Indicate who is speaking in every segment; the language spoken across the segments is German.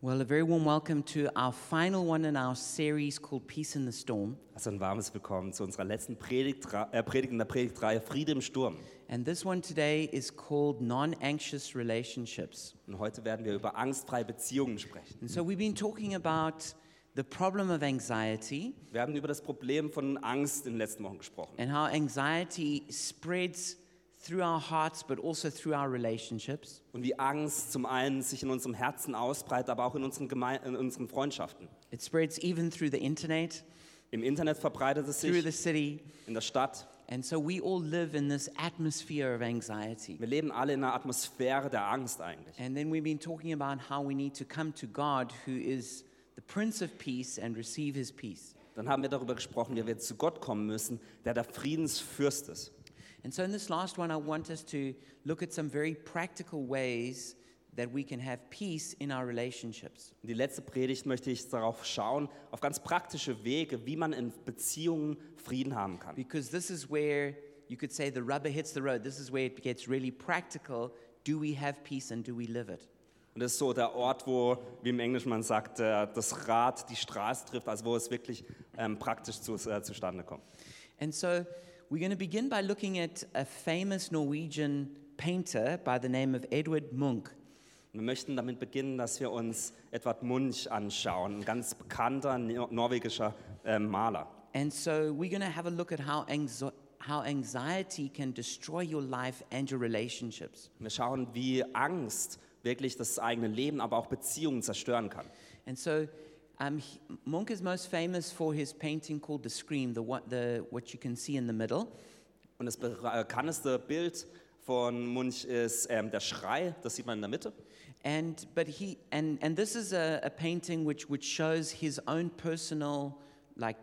Speaker 1: Well, a very warm welcome to our final one in our series called Peace in the Storm.
Speaker 2: Also ein warmes Willkommen zu unserer letzten Predigt, äh, Predigt in der Predigtreihe Friede im Sturm.
Speaker 1: And this one today is called Non Anxious Relationships.
Speaker 2: Und heute werden wir über angstfreie Beziehungen sprechen.
Speaker 1: And so we've been talking about the problem of anxiety
Speaker 2: Wir haben über das Problem von Angst in den letzten Wochen gesprochen
Speaker 1: and how anxiety spreads through our hearts but also through our relationships.
Speaker 2: und wie Angst zum einen sich in unserem Herzen ausbreitet, aber auch in unseren, Geme in unseren Freundschaften.
Speaker 1: It spreads even through the internet,
Speaker 2: Im Internet verbreitet es
Speaker 1: through
Speaker 2: sich,
Speaker 1: the city.
Speaker 2: in der Stadt.
Speaker 1: And so we all live in this atmosphere of anxiety.
Speaker 2: Wir leben alle in einer Atmosphäre der Angst eigentlich.
Speaker 1: And then we've been talking about how we need to come to God, who is the Prince of Peace, and receive his peace.
Speaker 2: Dann haben wir darüber gesprochen, wie wir zu Gott kommen müssen, der der Friedensfürst ist.
Speaker 1: And so in this last one, I want us to look at some very practical ways that we can have peace in our relationships.
Speaker 2: Und die letzte Predigt möchte ich darauf schauen, auf ganz praktische Wege, wie man in Beziehungen Frieden haben kann.
Speaker 1: Because this is where you could say the rubber hits the road. This is where it gets really practical. Do we have peace and do we live it?
Speaker 2: Und das ist so der Ort, wo, wie im Englischen man sagt, äh, das Rad die Straße trifft, also wo es wirklich ähm, praktisch zu, äh, zustande kommt.
Speaker 1: And so we're going to begin by looking at a famous Norwegian painter by the name of Edward Munch.
Speaker 2: Und wir möchten damit beginnen, dass wir uns Edvard Munch anschauen, ein ganz bekannter nor- norwegischer ähm, Maler.
Speaker 1: And so we're going to have a look at how, anxi- how anxiety can destroy your life and your relationships.
Speaker 2: Und wir schauen, wie Angst wirklich das eigene Leben, aber auch Beziehungen zerstören kann.
Speaker 1: And so um, he- Munch is most famous for his painting called The Scream, the, what, the, what you can see in the middle.
Speaker 2: Und das bekannteste Bild von Munch ist ähm, der Schrei, das sieht man in der Mitte.
Speaker 1: And, but he, and, and this is a, a painting which, which shows his own personal like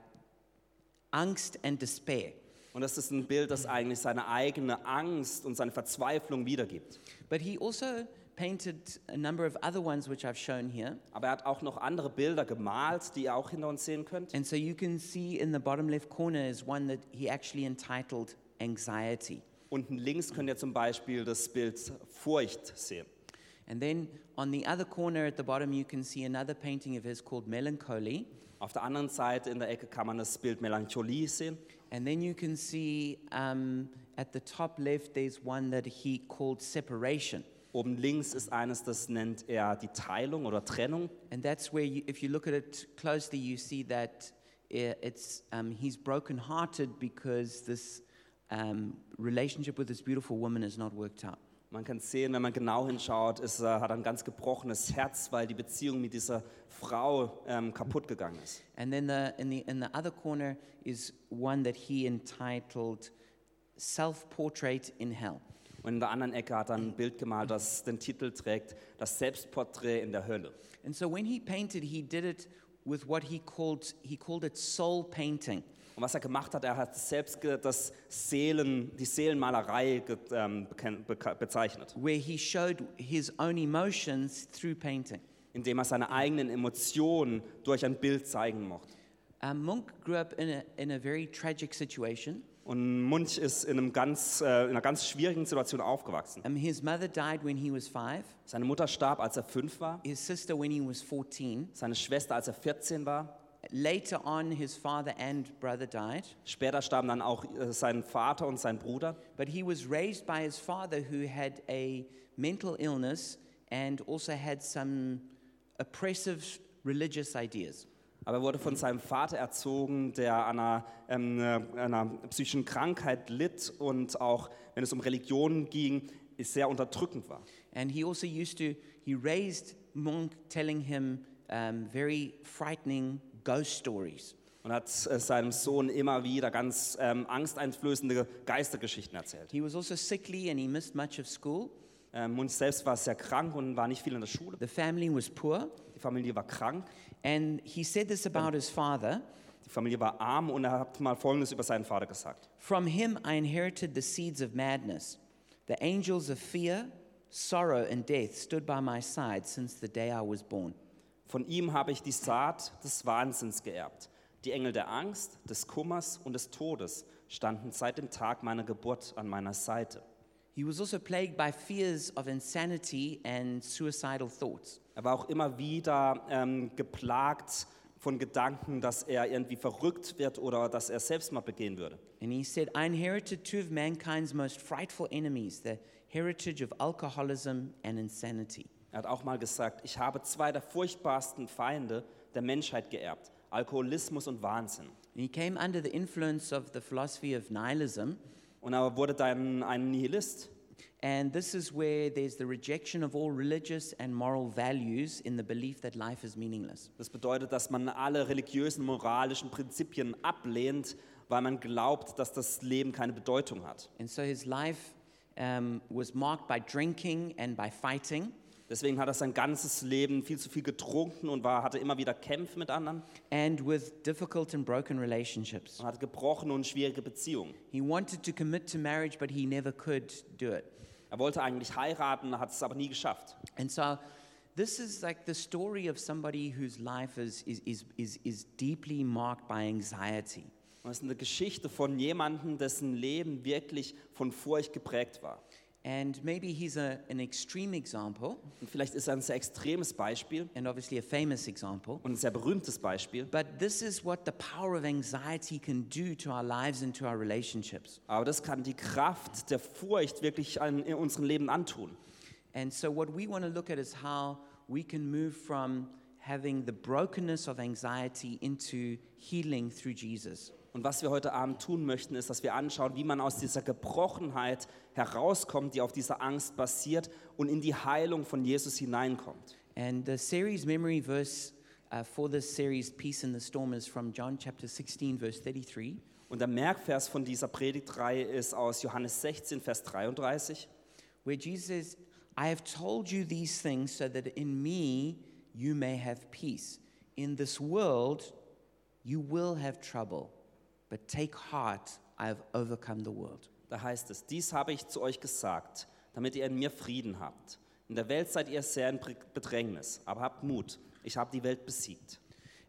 Speaker 1: angst and despair.
Speaker 2: Und das ist ein Bild, das eigentlich seine eigene Angst und seine Verzweiflung wiedergibt.
Speaker 1: But he also painted a number of other ones which I've shown here.
Speaker 2: Aber er hat auch noch andere Bilder gemalt, die ihr auch hinter uns sehen könnt.
Speaker 1: And so you can see in the bottom left corner is one that he actually entitled Anxiety.
Speaker 2: Unten links könnt ihr zum Beispiel das Bild Furcht sehen.
Speaker 1: And then on the other corner at the bottom, you can see another painting of his called Melancholy.
Speaker 2: Auf der anderen Seite in der Ecke kann man das Bild Melancholie sehen.
Speaker 1: And then you can see um, at the top left, there's one that he called Separation.
Speaker 2: Oben links ist eines, das nennt er die Teilung oder Trennung.
Speaker 1: And that's where, you, if you look at it closely, you see that i- it's, um, he's brokenhearted because this um, relationship with this beautiful woman has not worked out.
Speaker 2: Man kann sehen, wenn man genau hinschaut, ist, er hat er ein ganz gebrochenes Herz, weil die Beziehung mit dieser Frau ähm, kaputt gegangen ist.
Speaker 1: And then the, in, the, in the other corner is one that he entitled Self Portrait in Hell.
Speaker 2: Und in der anderen Ecke hat er ein Bild gemalt, das den Titel trägt, das Selbstporträt in der Hölle.
Speaker 1: And so when he painted, he did it with what he called, he called it soul painting.
Speaker 2: Und was er gemacht hat, er hat selbst ge- das Seelen, die Seelenmalerei ge- ähm, beken- beka- bezeichnet,
Speaker 1: where he showed his own emotions through painting.
Speaker 2: indem er seine eigenen Emotionen durch ein Bild zeigen mochte.
Speaker 1: Um, Munch grew up in a, in a very tragic situation.
Speaker 2: Und Munch ist in, einem ganz, äh, in einer ganz schwierigen Situation aufgewachsen.
Speaker 1: Um, his mother died when he was five,
Speaker 2: Seine Mutter starb, als er fünf war,
Speaker 1: his sister when he was 14.
Speaker 2: seine Schwester, als er 14 war.
Speaker 1: Later on, his father and brother died,
Speaker 2: Später starben dann auch äh, sein Vater und sein Bruder.
Speaker 1: but he was raised by his father who had a mental illness and also had some oppressive religious ideas.
Speaker 2: Aber er wurde von seinem Vater erzogen, der an einer, ähm, äh, einer psychischen Krankheit litt und auch, wenn es um Religionen ging, sehr unterdrückend war.
Speaker 1: And he also used to, he raised Monk telling him um, very frightening ghost stories.
Speaker 2: und hat äh, seinem Sohn immer wieder ganz ähm, angsteinflößende Geistergeschichten erzählt.
Speaker 1: He was also sickly and he missed much of school.
Speaker 2: Ähm, Munch selbst war sehr krank und war nicht viel in der Schule.
Speaker 1: The family was poor.
Speaker 2: Die Familie war krank,
Speaker 1: And he said this about his father
Speaker 2: die Familie war arm und er hat mal Folgendes über seinen Vater gesagt.
Speaker 1: From him I inherited the seeds of madness. The angels of fear, sorrow, and death stood by my side since the day I was born.
Speaker 2: Von ihm habe ich die Saat des Wahnsinns geerbt. Die Engel der Angst, des Kummers und des Todes standen seit dem Tag meiner Geburt an meiner Seite.
Speaker 1: He was also plagued by fears of insanity and suicidal thoughts.
Speaker 2: Er Er war auch immer wieder ähm, geplagt von Gedanken, dass er irgendwie verrückt wird oder dass er Selbstmord begehen würde.
Speaker 1: And he said, I inherited two of mankind's most frightful enemies the heritage of alcoholism and insanity.
Speaker 2: Er hat auch mal gesagt, ich habe zwei der furchtbarsten Feinde der Menschheit geerbt, Alkoholismus und Wahnsinn.
Speaker 1: And he came under the influence of the philosophy of nihilism.
Speaker 2: Und er wurde dann ein Nihilist.
Speaker 1: And this is where there's the rejection of all religious and moral values in the belief that life is meaningless.
Speaker 2: Das bedeutet, dass man alle religiösen, moralischen Prinzipien ablehnt, weil man glaubt, dass das Leben keine Bedeutung hat.
Speaker 1: And so his life um, was marked by drinking and by fighting.
Speaker 2: Deswegen hat er sein ganzes Leben viel zu viel getrunken und war, hatte immer wieder Kämpfe mit anderen
Speaker 1: and with difficult and broken relationships.
Speaker 2: und hatte gebrochene und schwierige Beziehungen.
Speaker 1: He wanted to commit to marriage, but he never could do it.
Speaker 2: Er wollte eigentlich heiraten, hat es aber nie geschafft.
Speaker 1: And so, this is like the story of somebody whose life is, is, is, is, is deeply marked by anxiety.
Speaker 2: Und es ist eine Geschichte von jemandem, dessen Leben wirklich von Furcht geprägt war.
Speaker 1: And maybe he's a, an extreme example,
Speaker 2: Und vielleicht ist er ein sehr extremes Beispiel
Speaker 1: and obviously a famous example.
Speaker 2: und ein sehr berühmtes Beispiel.
Speaker 1: But this is what the power of anxiety can do to our lives and to our relationships.
Speaker 2: Aber das kann die Kraft der Furcht wirklich an, in unserem Leben antun.
Speaker 1: And so, what we want to look at is how we can move from having the brokenness of anxiety into healing through Jesus.
Speaker 2: Und was wir heute Abend tun möchten, ist, dass wir anschauen, wie man aus dieser Gebrochenheit herauskommt, die auf dieser Angst basiert und in die Heilung von Jesus hineinkommt.
Speaker 1: And the series memory verse uh, for this series, Peace in the Storm, is from John chapter 16, verse 33.
Speaker 2: Und der Merkvers von dieser Predigtreihe ist aus Johannes 16, Vers 33.
Speaker 1: where Jesus says, I have told you these things so that in me you may have peace. In this world you will have trouble, but take heart, I have overcome the world.
Speaker 2: Da heißt es, dies habe ich zu euch gesagt, damit ihr in mir Frieden habt. In der Welt seid ihr sehr in Bre- Bedrängnis, aber habt Mut, ich habe die Welt besiegt.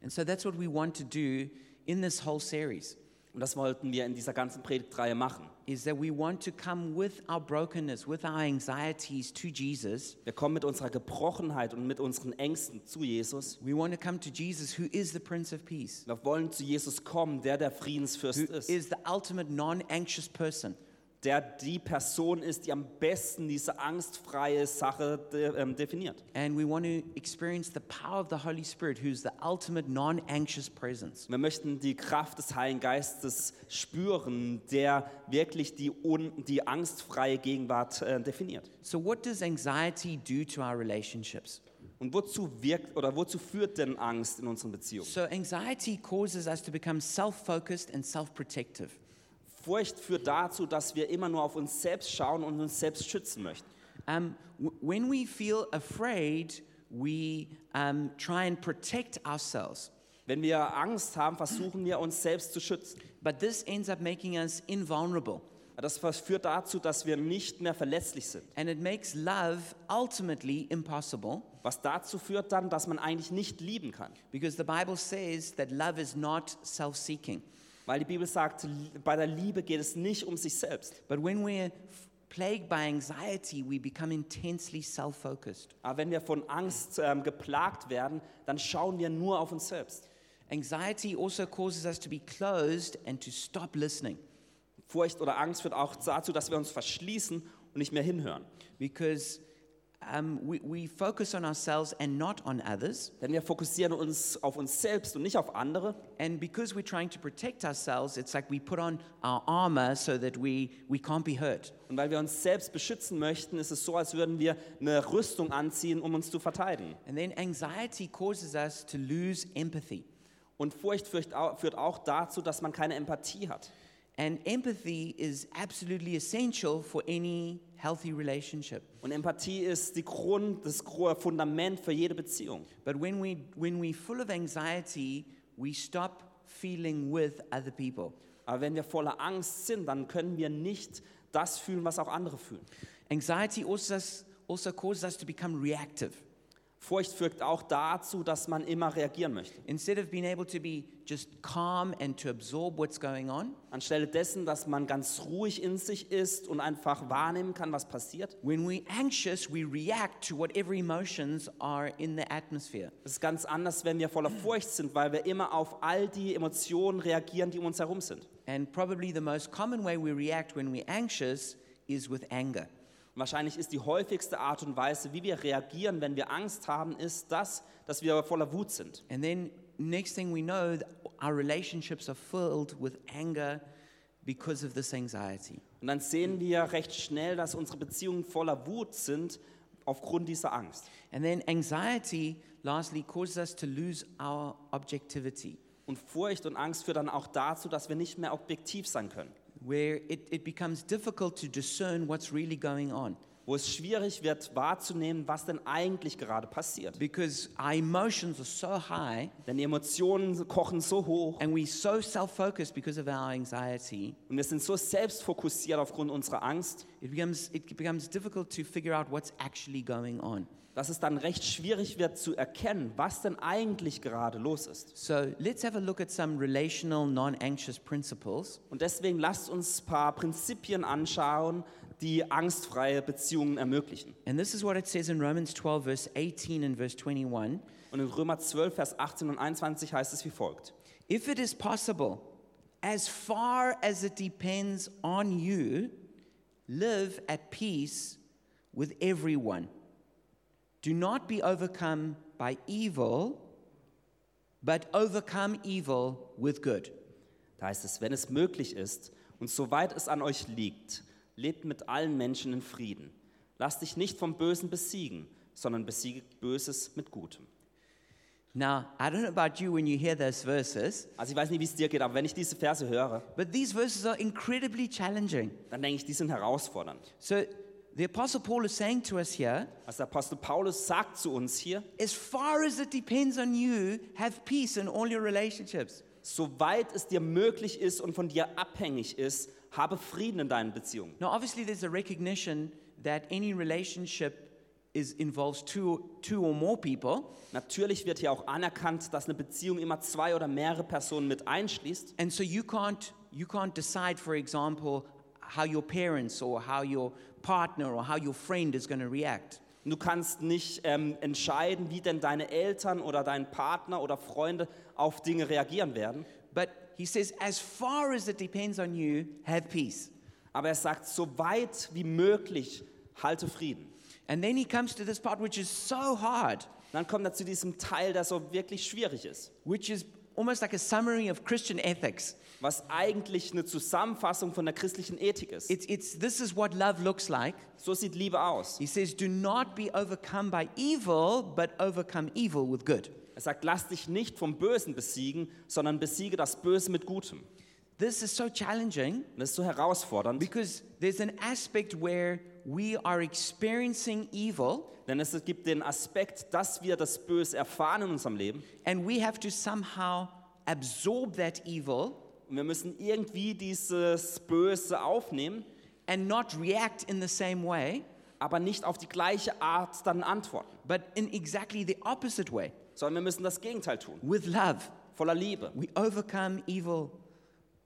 Speaker 1: And so that's what we want to do in this whole series
Speaker 2: Und das wollten wir in dieser ganzen Predigtreihe machen.
Speaker 1: is that we want to come with our brokenness, with our anxieties to Jesus.
Speaker 2: Wir kommen mit unserer Gebrochenheit und mit unseren Ängsten zu Jesus.
Speaker 1: We want to come to Jesus who is the Prince of Peace,
Speaker 2: Wir wollen zu Jesus kommen, der der
Speaker 1: who
Speaker 2: Friedensfürst ist,
Speaker 1: is the ultimate non-anxious person.
Speaker 2: der die Person ist, die am besten diese angstfreie Sache de, ähm, definiert.
Speaker 1: And we want to experience the power of the Holy Spirit, who's the ultimate non anxious presence.
Speaker 2: Wir möchten die Kraft des Heiligen Geistes spüren, der wirklich die, un, die angstfreie Gegenwart äh, definiert.
Speaker 1: So, what does anxiety do to our relationships?
Speaker 2: Und wozu wirkt oder wozu führt denn Angst in unseren Beziehungen?
Speaker 1: So, anxiety causes us to become self focused and self protective.
Speaker 2: Furcht führt dazu, dass wir immer nur auf uns selbst schauen und uns selbst schützen möchten.
Speaker 1: Um, w- when we feel afraid, we um, try and protect ourselves.
Speaker 2: Wenn wir Angst haben, versuchen wir uns selbst zu schützen.
Speaker 1: But this ends up making us invulnerable.
Speaker 2: Aber Das vers- führt dazu, dass wir nicht mehr verletzlich sind.
Speaker 1: And it makes love ultimately impossible
Speaker 2: Was dazu führt dann, dass man eigentlich nicht lieben kann.
Speaker 1: because the Bible says that love is not self seeking.
Speaker 2: Weil die Bibel sagt, li- bei der Liebe geht es nicht um sich selbst.
Speaker 1: But when we're f- plagued by anxiety, we become intensely self focused.
Speaker 2: Aber wenn wir von Angst ähm, geplagt werden, dann schauen wir nur auf uns selbst.
Speaker 1: Anxiety also causes us to be closed and to stop listening
Speaker 2: Furcht oder Angst führt auch dazu, dass wir uns verschließen und nicht mehr hinhören.
Speaker 1: because um, we, we focus on ourselves and not on others.
Speaker 2: Denn wir fokussieren uns auf uns selbst und nicht auf andere.
Speaker 1: And because we're trying to protect ourselves, it's like we put on our armor so that we, we can't be hurt.
Speaker 2: Und weil wir uns selbst beschützen möchten, ist es so, als würden wir eine Rüstung anziehen, um uns zu verteidigen.
Speaker 1: And then anxiety causes us to lose empathy.
Speaker 2: Und Furcht führt au- führt auch dazu, dass man keine Empathie hat.
Speaker 1: And empathy is absolutely essential for any healthy relationship.
Speaker 2: Und Empathie ist die Grund, das Gro- Fundament für jede Beziehung.
Speaker 1: But when we when we're full of anxiety, we stop feeling with other people.
Speaker 2: Aber wenn wir voller Angst sind, dann können wir nicht das fühlen, was auch andere fühlen.
Speaker 1: Anxiety also, also causes us to become reactive.
Speaker 2: Furcht führt auch dazu, dass man immer reagieren möchte.
Speaker 1: Instead of being able to be just calm and to absorb what's going on,
Speaker 2: Anstelle dessen, dass man ganz ruhig in sich ist und einfach wahrnehmen kann, was passiert.
Speaker 1: when we're anxious, we react to whatever emotions are in the atmosphere.
Speaker 2: Es ist ganz anders, wenn wir voller Furcht sind, weil wir immer auf all die Emotionen reagieren, die um uns herum sind.
Speaker 1: And probably the most common way we react when we're anxious is with anger.
Speaker 2: Und wahrscheinlich ist die häufigste Art und Weise, wie wir reagieren, wenn wir Angst haben, ist das, dass wir voller Wut sind.
Speaker 1: And then next thing we know, th- our relationships are filled with anger because of this anxiety.
Speaker 2: Und dann sehen wir recht schnell, dass unsere Beziehungen voller Wut sind aufgrund dieser Angst.
Speaker 1: And then anxiety, lastly, causes us to lose our objectivity,
Speaker 2: Und Furcht und Angst führt dann auch dazu, dass wir nicht mehr objektiv sein können.
Speaker 1: where it, it becomes difficult to discern what's really going on
Speaker 2: Wo es schwierig wird, wahrzunehmen, was denn eigentlich gerade passiert.
Speaker 1: because our emotions are so high
Speaker 2: Denn die Emotionen kochen so hoch
Speaker 1: and we're so self focused because of our anxiety,
Speaker 2: und wir sind so selbstfokussiert aufgrund unserer Angst,
Speaker 1: it becomes, it becomes difficult to figure out what's actually going on.
Speaker 2: dass es dann recht schwierig wird zu erkennen, was denn eigentlich gerade los ist.
Speaker 1: So let's have a look at some relational non anxious principles.
Speaker 2: Und deswegen lasst uns ein paar Prinzipien anschauen, die angstfreie Beziehungen ermöglichen.
Speaker 1: And this is what it says in Romans 12, verse 18 and verse 21.
Speaker 2: Und in Römer 12, Vers 18 und 21 heißt es wie folgt.
Speaker 1: If it is possible, as far as it depends on you, live at peace with everyone. Do not be overcome by evil, but overcome evil with good.
Speaker 2: Da heißt es, wenn es möglich ist und soweit es an euch liegt, lebt mit allen Menschen in Frieden. Lasst dich nicht vom Bösen besiegen, sondern besiegt Böses mit Gutem.
Speaker 1: Now, I don't know about you when you hear those verses,
Speaker 2: Also ich weiß nicht, wie es dir geht, aber wenn ich diese Verse höre,
Speaker 1: but these verses are incredibly challenging.
Speaker 2: dann denke ich, die sind herausfordernd.
Speaker 1: So the Apostle Paul is saying to us here,
Speaker 2: Also der Apostel Paulus sagt zu uns hier,
Speaker 1: As far as it depends on you, have peace in all your relationships.
Speaker 2: soweit es dir möglich ist und von dir abhängig ist, habe Frieden in deinen Beziehungen.
Speaker 1: Now, obviously, there's a recognition that any relationship is, involves two, two or more people.
Speaker 2: Natürlich wird hier auch anerkannt, dass eine Beziehung immer zwei oder mehrere Personen mit einschließt.
Speaker 1: And so you can't, you can't decide, for example, how your parents or how your partner or how your friend is going to react.
Speaker 2: Und Du kannst nicht ähm, entscheiden, wie denn deine Eltern oder dein Partner oder Freunde auf Dinge reagieren werden.
Speaker 1: But he says, as far as it depends on you, have peace.
Speaker 2: Aber er sagt, soweit wie möglich, halte Frieden.
Speaker 1: And then he comes to this part, which is so hard,
Speaker 2: Und dann kommt er zu diesem Teil, der so wirklich schwierig ist,
Speaker 1: which is almost like a summary of Christian ethics.
Speaker 2: was eigentlich eine Zusammenfassung von der christlichen Ethik ist.
Speaker 1: It's, it's, this is what love looks like.
Speaker 2: So sieht Liebe aus.
Speaker 1: He says, Do not be overcome by evil, but overcome evil with good.
Speaker 2: Er sagt, lass dich nicht vom Bösen besiegen, sondern besiege das Böse mit Gutem.
Speaker 1: This is so challenging
Speaker 2: Und das ist so herausfordernd,
Speaker 1: because there's an aspect where we are experiencing evil
Speaker 2: denn es gibt den Aspekt, dass wir das Böse erfahren in unserem Leben
Speaker 1: and we have to somehow absorb that evil
Speaker 2: und wir müssen irgendwie dieses Böse aufnehmen,
Speaker 1: and not react in the same way,
Speaker 2: aber nicht auf die gleiche Art dann antworten,
Speaker 1: but in exactly the opposite way
Speaker 2: sondern wir müssen das Gegenteil tun,
Speaker 1: with love.
Speaker 2: voller Liebe.
Speaker 1: We overcome evil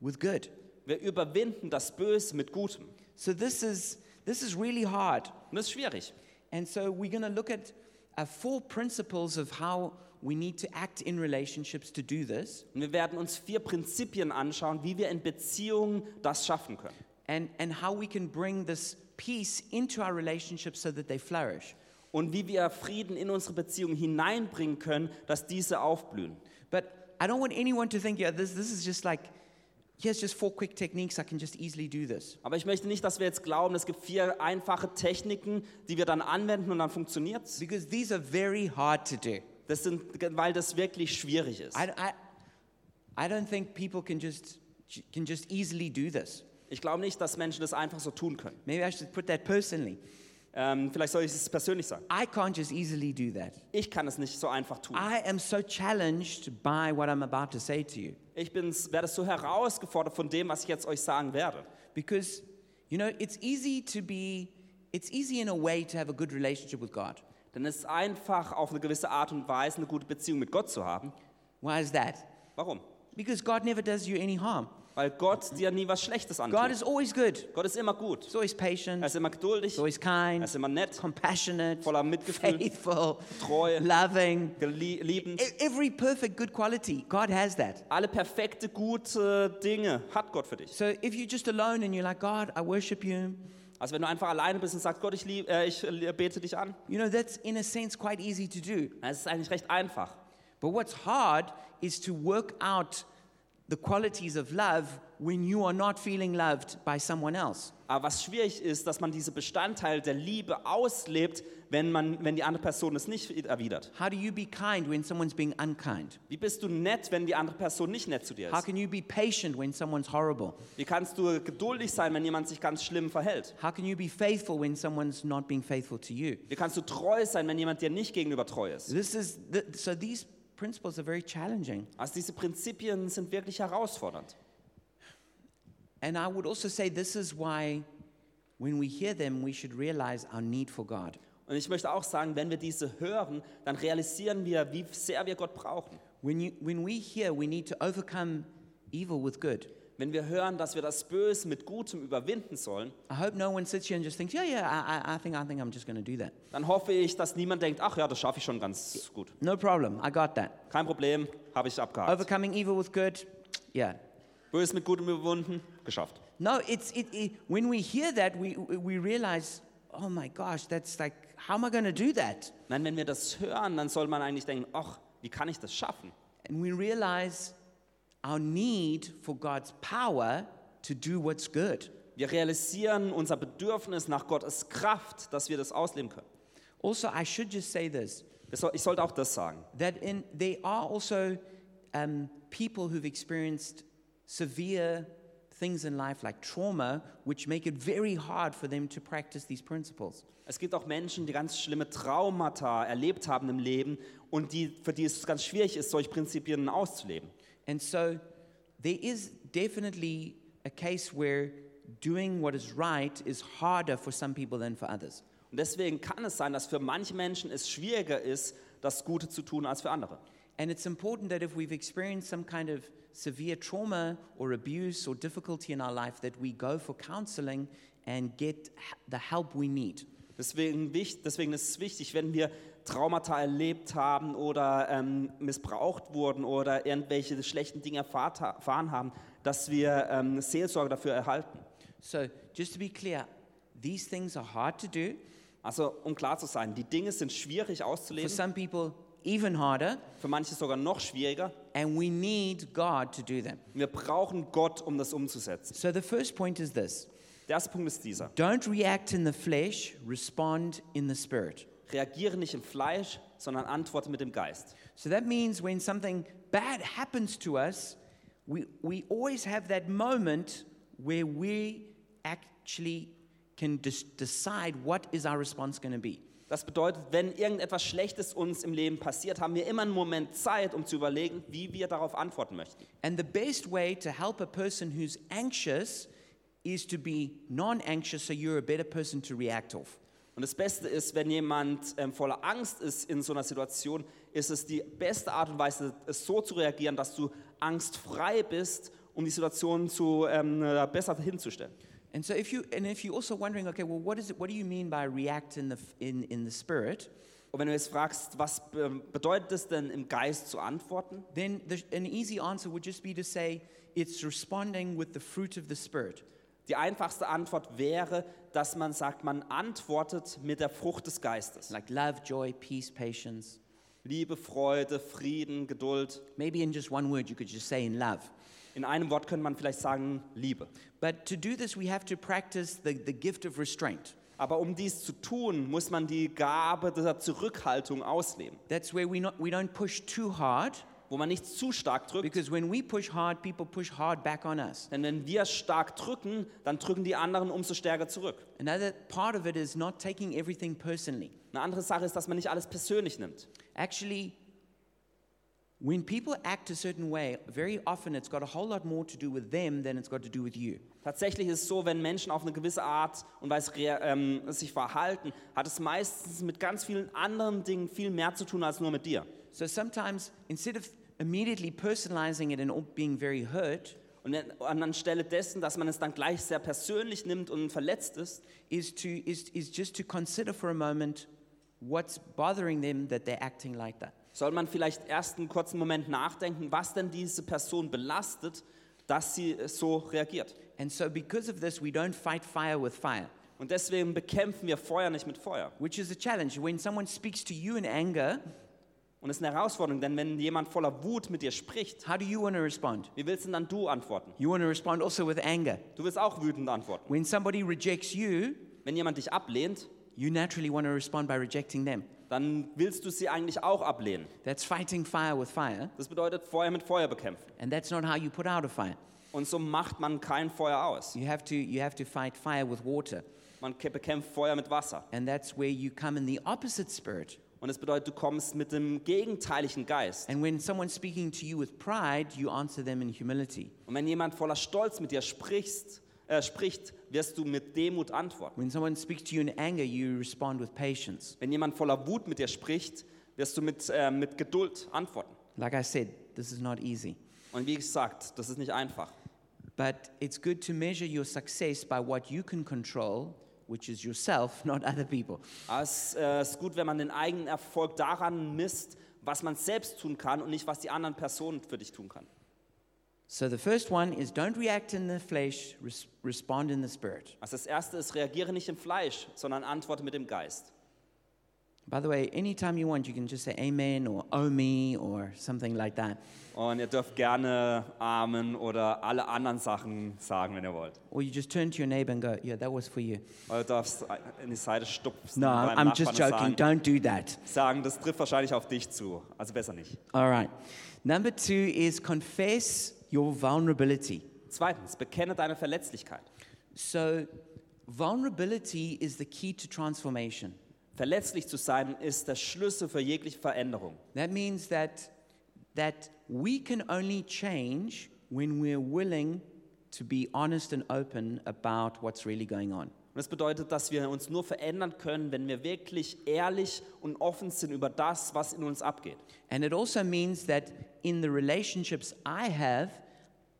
Speaker 1: with good.
Speaker 2: Wir überwinden das Böse mit Gutem.
Speaker 1: So this is, this is really hard.
Speaker 2: Und das ist schwierig.
Speaker 1: And so we're going to look at uh, four principles of how we need to act in relationships to do this.
Speaker 2: Und wir werden uns vier Prinzipien anschauen, wie wir in Beziehungen das schaffen können.
Speaker 1: and, and how we can bring this peace into our relationships so that they flourish.
Speaker 2: und wie wir Frieden in unsere Beziehung hineinbringen können, dass diese aufblühen.
Speaker 1: But I don't want anyone to think, yeah, this, this is just like, here's just four quick techniques, I can just easily do this.
Speaker 2: Aber ich möchte nicht, dass wir jetzt glauben, es gibt vier einfache Techniken, die wir dann anwenden und dann funktioniert es.
Speaker 1: Because these are very hard to do.
Speaker 2: Das sind, weil das wirklich schwierig ist.
Speaker 1: I, I, I don't think people can just, can just easily do this.
Speaker 2: Ich glaube nicht, dass Menschen das einfach so tun können.
Speaker 1: Maybe I should put that personally.
Speaker 2: Ähm, vielleicht soll ich es persönlich sagen.
Speaker 1: I can't just easily do that.
Speaker 2: Ich kann es nicht so einfach tun.
Speaker 1: I am so challenged by what I'm about to say to you
Speaker 2: Ich bin's, werde so herausgefordert von dem, was ich jetzt euch sagen werde.
Speaker 1: because you know it's easy to be it's easy in a way to have a good relationship with God.
Speaker 2: Denn es ist einfach, auf eine gewisse Art und Weise eine gute Beziehung mit Gott zu haben.
Speaker 1: Why is that?
Speaker 2: Warum?
Speaker 1: Because God never does you any harm.
Speaker 2: Weil Gott dir nie was Schlechtes
Speaker 1: God
Speaker 2: antut.
Speaker 1: is always good.
Speaker 2: Gott ist immer gut.
Speaker 1: He's always patient.
Speaker 2: Er ist immer geduldig.
Speaker 1: He's always
Speaker 2: Er
Speaker 1: kind,
Speaker 2: ist immer nett,
Speaker 1: compassionate,
Speaker 2: voller Mitgefühl,
Speaker 1: faithful,
Speaker 2: treu,
Speaker 1: loving.
Speaker 2: gelie- liebend.
Speaker 1: E- Every perfect good quality, God has that.
Speaker 2: Alle perfekte, gute Dinge hat Gott für dich.
Speaker 1: So if you're just alone and you're like, God, I worship you,
Speaker 2: Also wenn du einfach alleine bist und sagst, Gott, ich, lieb, äh, ich äh, bete dich an,
Speaker 1: you know, that's in a sense quite easy to do.
Speaker 2: dann ist es eigentlich recht einfach.
Speaker 1: But what's hard is to work out the qualities of love when you are not feeling loved by someone else.
Speaker 2: Aber was schwierig ist, dass man diese Bestandteile der Liebe auslebt, wenn, man, wenn die andere Person es nicht erwidert.
Speaker 1: How do you be kind when someone's being unkind?
Speaker 2: Wie bist du nett, wenn die andere Person nicht nett zu dir
Speaker 1: How
Speaker 2: ist?
Speaker 1: can you be patient when someone's horrible?
Speaker 2: Wie kannst du geduldig sein, wenn jemand sich ganz schlimm verhält?
Speaker 1: How can you be faithful when someone's not being faithful to you?
Speaker 2: Wie kannst du treu sein, wenn jemand dir nicht gegenüber treu ist?
Speaker 1: This is the, so these principles are very challenging.
Speaker 2: Also diese Prinzipien sind wirklich herausfordernd.
Speaker 1: And I would also say this is why when we hear them we should realize our need for God.
Speaker 2: Und ich möchte auch sagen, wenn wir diese hören, dann realisieren wir, wie sehr wir Gott brauchen.
Speaker 1: When, you, when we hear we need to overcome evil with good,
Speaker 2: Wenn wir hören, dass wir das Böse mit Gutem überwinden sollen,
Speaker 1: I hope no one sits here and just thinks, yeah, yeah, I, I, I think I think I'm just going to do that.
Speaker 2: dann hoffe ich, dass niemand denkt, ach ja, das schaffe ich schon ganz gut.
Speaker 1: No problem, I got that.
Speaker 2: Kein Problem, habe ich abgehakt.
Speaker 1: Overcoming evil with good, yeah.
Speaker 2: Böses mit Gutem überwunden, geschafft.
Speaker 1: No, it's it, it. When we hear that, we we realize, oh my gosh, that's like, how am I going to do that?
Speaker 2: Nein, wenn wir das hören, dann soll man eigentlich denken, ach, wie kann ich das schaffen?
Speaker 1: And we realize our need for God's power to do what's good.
Speaker 2: Wir realisieren unser Bedürfnis nach Gottes Kraft, dass wir das ausleben können.
Speaker 1: Also, I should just say this
Speaker 2: Das soll- Ich sollte auch das sagen.
Speaker 1: that in they are also um, people who've experienced severe things in life like trauma, which make it very hard for them to practice these principles.
Speaker 2: Es gibt auch Menschen, die ganz schlimme Traumata erlebt haben im Leben und die, für die es ganz schwierig ist, solche Prinzipien auszuleben.
Speaker 1: And so there is definitely a case where doing what is right is harder for some people than for others.
Speaker 2: Und deswegen kann es sein, dass für manche Menschen es schwieriger ist, das Gute zu tun als für andere.
Speaker 1: And it's important that if we've experienced some kind of severe trauma or abuse or difficulty in our life, that we go for counseling and get h- the help we need.
Speaker 2: Deswegen, wich- deswegen ist es wichtig, wenn wir Traumata erlebt haben oder ähm, missbraucht wurden oder irgendwelche schlechten Dinge erfahrt, ha- erfahren haben, dass wir ähm, Seelsorge dafür erhalten.
Speaker 1: So, just to be clear, these things are hard to do.
Speaker 2: Also um klar zu sein, die Dinge sind schwierig
Speaker 1: For
Speaker 2: auszuleben,
Speaker 1: some people, even harder.
Speaker 2: für manche sogar noch schwieriger.
Speaker 1: And we need God to do them.
Speaker 2: Wir brauchen Gott, um das umzusetzen.
Speaker 1: So, the first point is this
Speaker 2: Der erste Punkt ist dieser.
Speaker 1: don't react in the flesh, respond in the spirit.
Speaker 2: Reagiere nicht im Fleisch, sondern antworte mit dem Geist.
Speaker 1: So, that means when something bad happens to us, we, we always have that moment where we actually can des- decide what is our response going to be.
Speaker 2: Das bedeutet, wenn irgendetwas Schlechtes uns im Leben passiert, haben wir immer einen Moment Zeit, um zu überlegen, wie wir darauf antworten möchten.
Speaker 1: And the best way to help a person who's anxious is to be non anxious so you're a better person to react off.
Speaker 2: Und das Beste ist, wenn jemand ähm, voller Angst ist in so einer Situation, ist es die beste Art und Weise, es so zu reagieren, dass du angstfrei bist, um die Situation zu, ähm, äh, besser hinzustellen.
Speaker 1: And so if you and if you're also wondering, okay, well what is it what do you mean by react in the f- in, in the spirit?
Speaker 2: Und wenn du jetzt fragst, was ähm, bedeutet es denn, im Geist zu antworten,
Speaker 1: Then the, an easy answer would just be to say it's responding with the fruit of the spirit.
Speaker 2: die einfachste Antwort wäre, dass man sagt, man antwortet mit der Frucht des Geistes.
Speaker 1: Like love, joy, peace, patience.
Speaker 2: Liebe, Freude, Frieden, Geduld.
Speaker 1: Maybe in just one word you could just say in love.
Speaker 2: In einem Wort könnte man vielleicht sagen, Liebe.
Speaker 1: But to do this we have to practice the, the gift of restraint.
Speaker 2: Aber um dies zu tun, muss man die Gabe der Zurückhaltung ausleben,
Speaker 1: That's where we not we don't push too hard
Speaker 2: wo man nicht zu stark drückt.
Speaker 1: Because when we push hard, people push hard back on us.
Speaker 2: Denn wenn wir stark drücken, dann drücken die anderen umso stärker zurück.
Speaker 1: Another part of it is not taking everything personally.
Speaker 2: Eine andere Sache ist, dass man nicht alles persönlich nimmt.
Speaker 1: Actually, When people act a certain way, very often it's got a whole lot more to do with them than it's got to do with you.
Speaker 2: Tatsächlich ist es so, wenn Menschen auf eine gewisse Art und Weise rea- ähm, sich verhalten, hat es meistens mit ganz vielen anderen Dingen viel mehr zu tun als nur mit dir.
Speaker 1: So sometimes, instead of immediately personalizing it and all being very hurt,
Speaker 2: Und wenn- und anstelle dessen, dass man es dann gleich sehr persönlich nimmt und verletzt ist,
Speaker 1: is, to, is, is just to consider for a moment what's bothering them that they're acting like that.
Speaker 2: soll man vielleicht erst einen kurzen Moment nachdenken, was denn diese Person belastet, dass sie so reagiert.
Speaker 1: And so, because of this, we don't fight fire with fire,
Speaker 2: Und deswegen bekämpfen wir Feuer nicht mit Feuer.
Speaker 1: which is a challenge. When someone speaks to you in anger,
Speaker 2: Und das ist eine Herausforderung, denn wenn jemand voller Wut mit dir spricht,
Speaker 1: how do you want to respond?
Speaker 2: wie willst denn dann du antworten?
Speaker 1: You want to respond also with anger.
Speaker 2: Du willst auch wütend antworten.
Speaker 1: When somebody rejects you,
Speaker 2: Wenn jemand dich ablehnt,
Speaker 1: you naturally want to respond by rejecting them.
Speaker 2: dann willst du sie eigentlich auch ablehnen.
Speaker 1: That's fighting fire with fire,
Speaker 2: Das bedeutet Feuer mit Feuer bekämpfen.
Speaker 1: and that's not how you put out a fire.
Speaker 2: Und so macht man kein Feuer aus.
Speaker 1: You have to, you have to fight fire with water,
Speaker 2: Man ke- bekämpft Feuer mit Wasser.
Speaker 1: and that's where you come in the opposite spirit.
Speaker 2: Und das bedeutet, du kommst mit dem gegenteiligen Geist.
Speaker 1: And when someone's speaking to you with pride, you answer them in humility.
Speaker 2: Und wenn jemand voller Stolz mit dir sprichst, äh, spricht, wirst du mit Demut antworten.
Speaker 1: When someone speaks to you in anger, you respond with patience.
Speaker 2: Wenn jemand voller Wut mit dir spricht, wirst du mit, äh, mit Geduld antworten.
Speaker 1: Like I said, this is not easy.
Speaker 2: Und wie gesagt, das ist nicht einfach.
Speaker 1: But it's good to measure your success by what you can control, which is yourself, not other people.
Speaker 2: Aber es äh, ist gut, wenn man den eigenen Erfolg daran misst, was man selbst tun kann und nicht, was die anderen Personen für dich tun kann.
Speaker 1: So the first one is don't react in the flesh, res- respond in the spirit.
Speaker 2: Also das Erste ist, reagiere nicht im Fleisch, sondern antworte mit dem Geist.
Speaker 1: By the way, anytime you want, you can just say amen or oh me or something like that.
Speaker 2: Und ihr dürft gerne Amen oder alle anderen Sachen sagen, wenn ihr wollt.
Speaker 1: Or you just turn to your neighbor and go, yeah, that was for you.
Speaker 2: Oder du darfst in die Seite stupsen.
Speaker 1: No,
Speaker 2: beim
Speaker 1: I'm, I'm just
Speaker 2: Nachbarn
Speaker 1: joking.
Speaker 2: und Sagen,
Speaker 1: Don't do that.
Speaker 2: sagen, das trifft wahrscheinlich auf dich zu. Also besser nicht.
Speaker 1: All right. Number two is confess your vulnerability.
Speaker 2: Zweitens, bekenne deine Verletzlichkeit.
Speaker 1: So, vulnerability is the key to transformation.
Speaker 2: Verletzlich zu sein ist der Schlüssel für jegliche Veränderung.
Speaker 1: That means that, that we can only change when we're willing to be honest and open about what's really going on.
Speaker 2: Und das bedeutet, dass wir uns nur verändern können, wenn wir wirklich ehrlich und offen sind über das, was in uns abgeht.
Speaker 1: And it also means that in the relationships I have,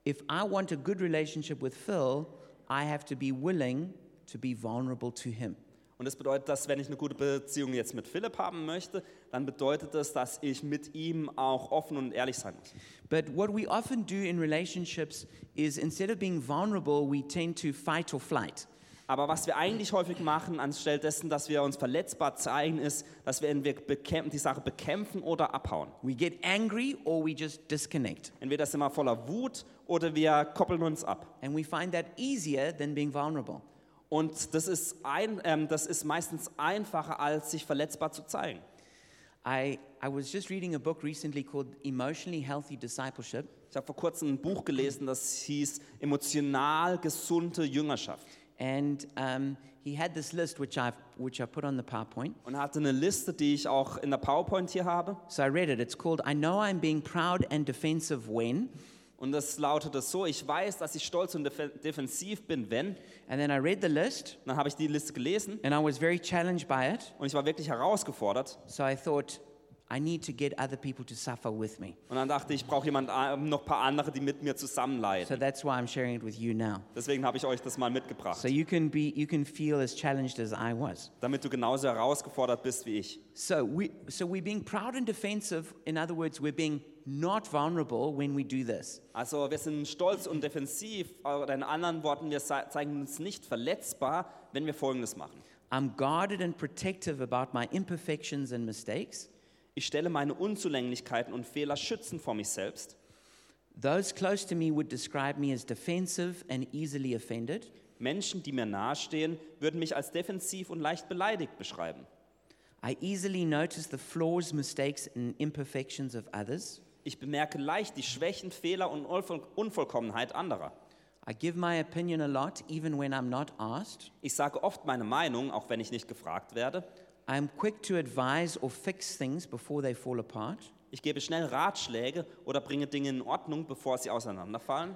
Speaker 1: if I want a good relationship with Phil, I have to be willing to be vulnerable to him.
Speaker 2: Und das bedeutet, dass wenn ich eine gute Beziehung jetzt mit Philipp haben möchte, dann bedeutet das, dass ich mit ihm auch offen und ehrlich sein muss.
Speaker 1: But what we often do in relationships is instead of being vulnerable, we tend to fight or flight.
Speaker 2: Aber was wir eigentlich häufig machen, anstelle dessen, dass wir uns verletzbar zeigen, ist, dass wir entweder bekämpfen, die Sache bekämpfen oder abhauen.
Speaker 1: We get angry or we just disconnect.
Speaker 2: Entweder sind wir voller Wut oder wir koppeln uns ab.
Speaker 1: And we find that easier than being vulnerable.
Speaker 2: Und das ist, ein, ähm, das ist meistens einfacher, als sich verletzbar zu zeigen.
Speaker 1: I, I was just reading a book recently called Emotionally Healthy Discipleship,
Speaker 2: Ich habe vor kurzem ein Buch gelesen, das hieß Emotional gesunde Jüngerschaft.
Speaker 1: and um, he had this list which, I've, which I put on the PowerPoint.
Speaker 2: Und hatte eine Liste, die ich auch in der PowerPoint hier habe.
Speaker 1: So I read it. It's called I Know I'm Being Proud and Defensive When.
Speaker 2: Und das lautete so, ich weiß, dass ich stolz und def defensiv bin, wenn.
Speaker 1: And then I read the list
Speaker 2: Dann habe ich die Liste gelesen
Speaker 1: and I was very challenged by it.
Speaker 2: und ich war wirklich herausgefordert.
Speaker 1: So I thought, I need to get other people to suffer with me.
Speaker 2: Und dann dachte ich, ich brauche jemand, äh, noch ein paar andere, die mit mir
Speaker 1: So
Speaker 2: zusammenleiden.
Speaker 1: that's why I'm sharing it with you now.
Speaker 2: Deswegen habe ich euch das mal mitgebracht,
Speaker 1: So you can be you can feel as challenged as I was.
Speaker 2: damit du genauso herausgefordert bist wie ich.
Speaker 1: So we so we're being proud and defensive. In other words, we're being not vulnerable when we do this.
Speaker 2: Also wir sind stolz und defensiv, oder in anderen Worten, wir sei- zeigen uns nicht verletzbar, wenn wir Folgendes machen.
Speaker 1: I'm guarded and protective about my imperfections and mistakes.
Speaker 2: Ich stelle meine Unzulänglichkeiten und Fehler schützend vor mich selbst.
Speaker 1: Those close to me would describe me as defensive and easily offended.
Speaker 2: Menschen, die mir nahestehen, würden mich als defensiv und leicht beleidigt beschreiben.
Speaker 1: I easily notice the flaws, mistakes, and imperfections of others.
Speaker 2: Ich bemerke leicht die Schwächen, Fehler und Unvoll- Unvollkommenheit anderer.
Speaker 1: I give my opinion a lot, even when I'm not asked.
Speaker 2: Ich sage oft meine Meinung, auch wenn ich nicht gefragt werde.
Speaker 1: I'm quick to advise or fix things before they fall apart.
Speaker 2: Ich gebe schnell Ratschläge oder bringe Dinge in Ordnung, bevor sie auseinanderfallen.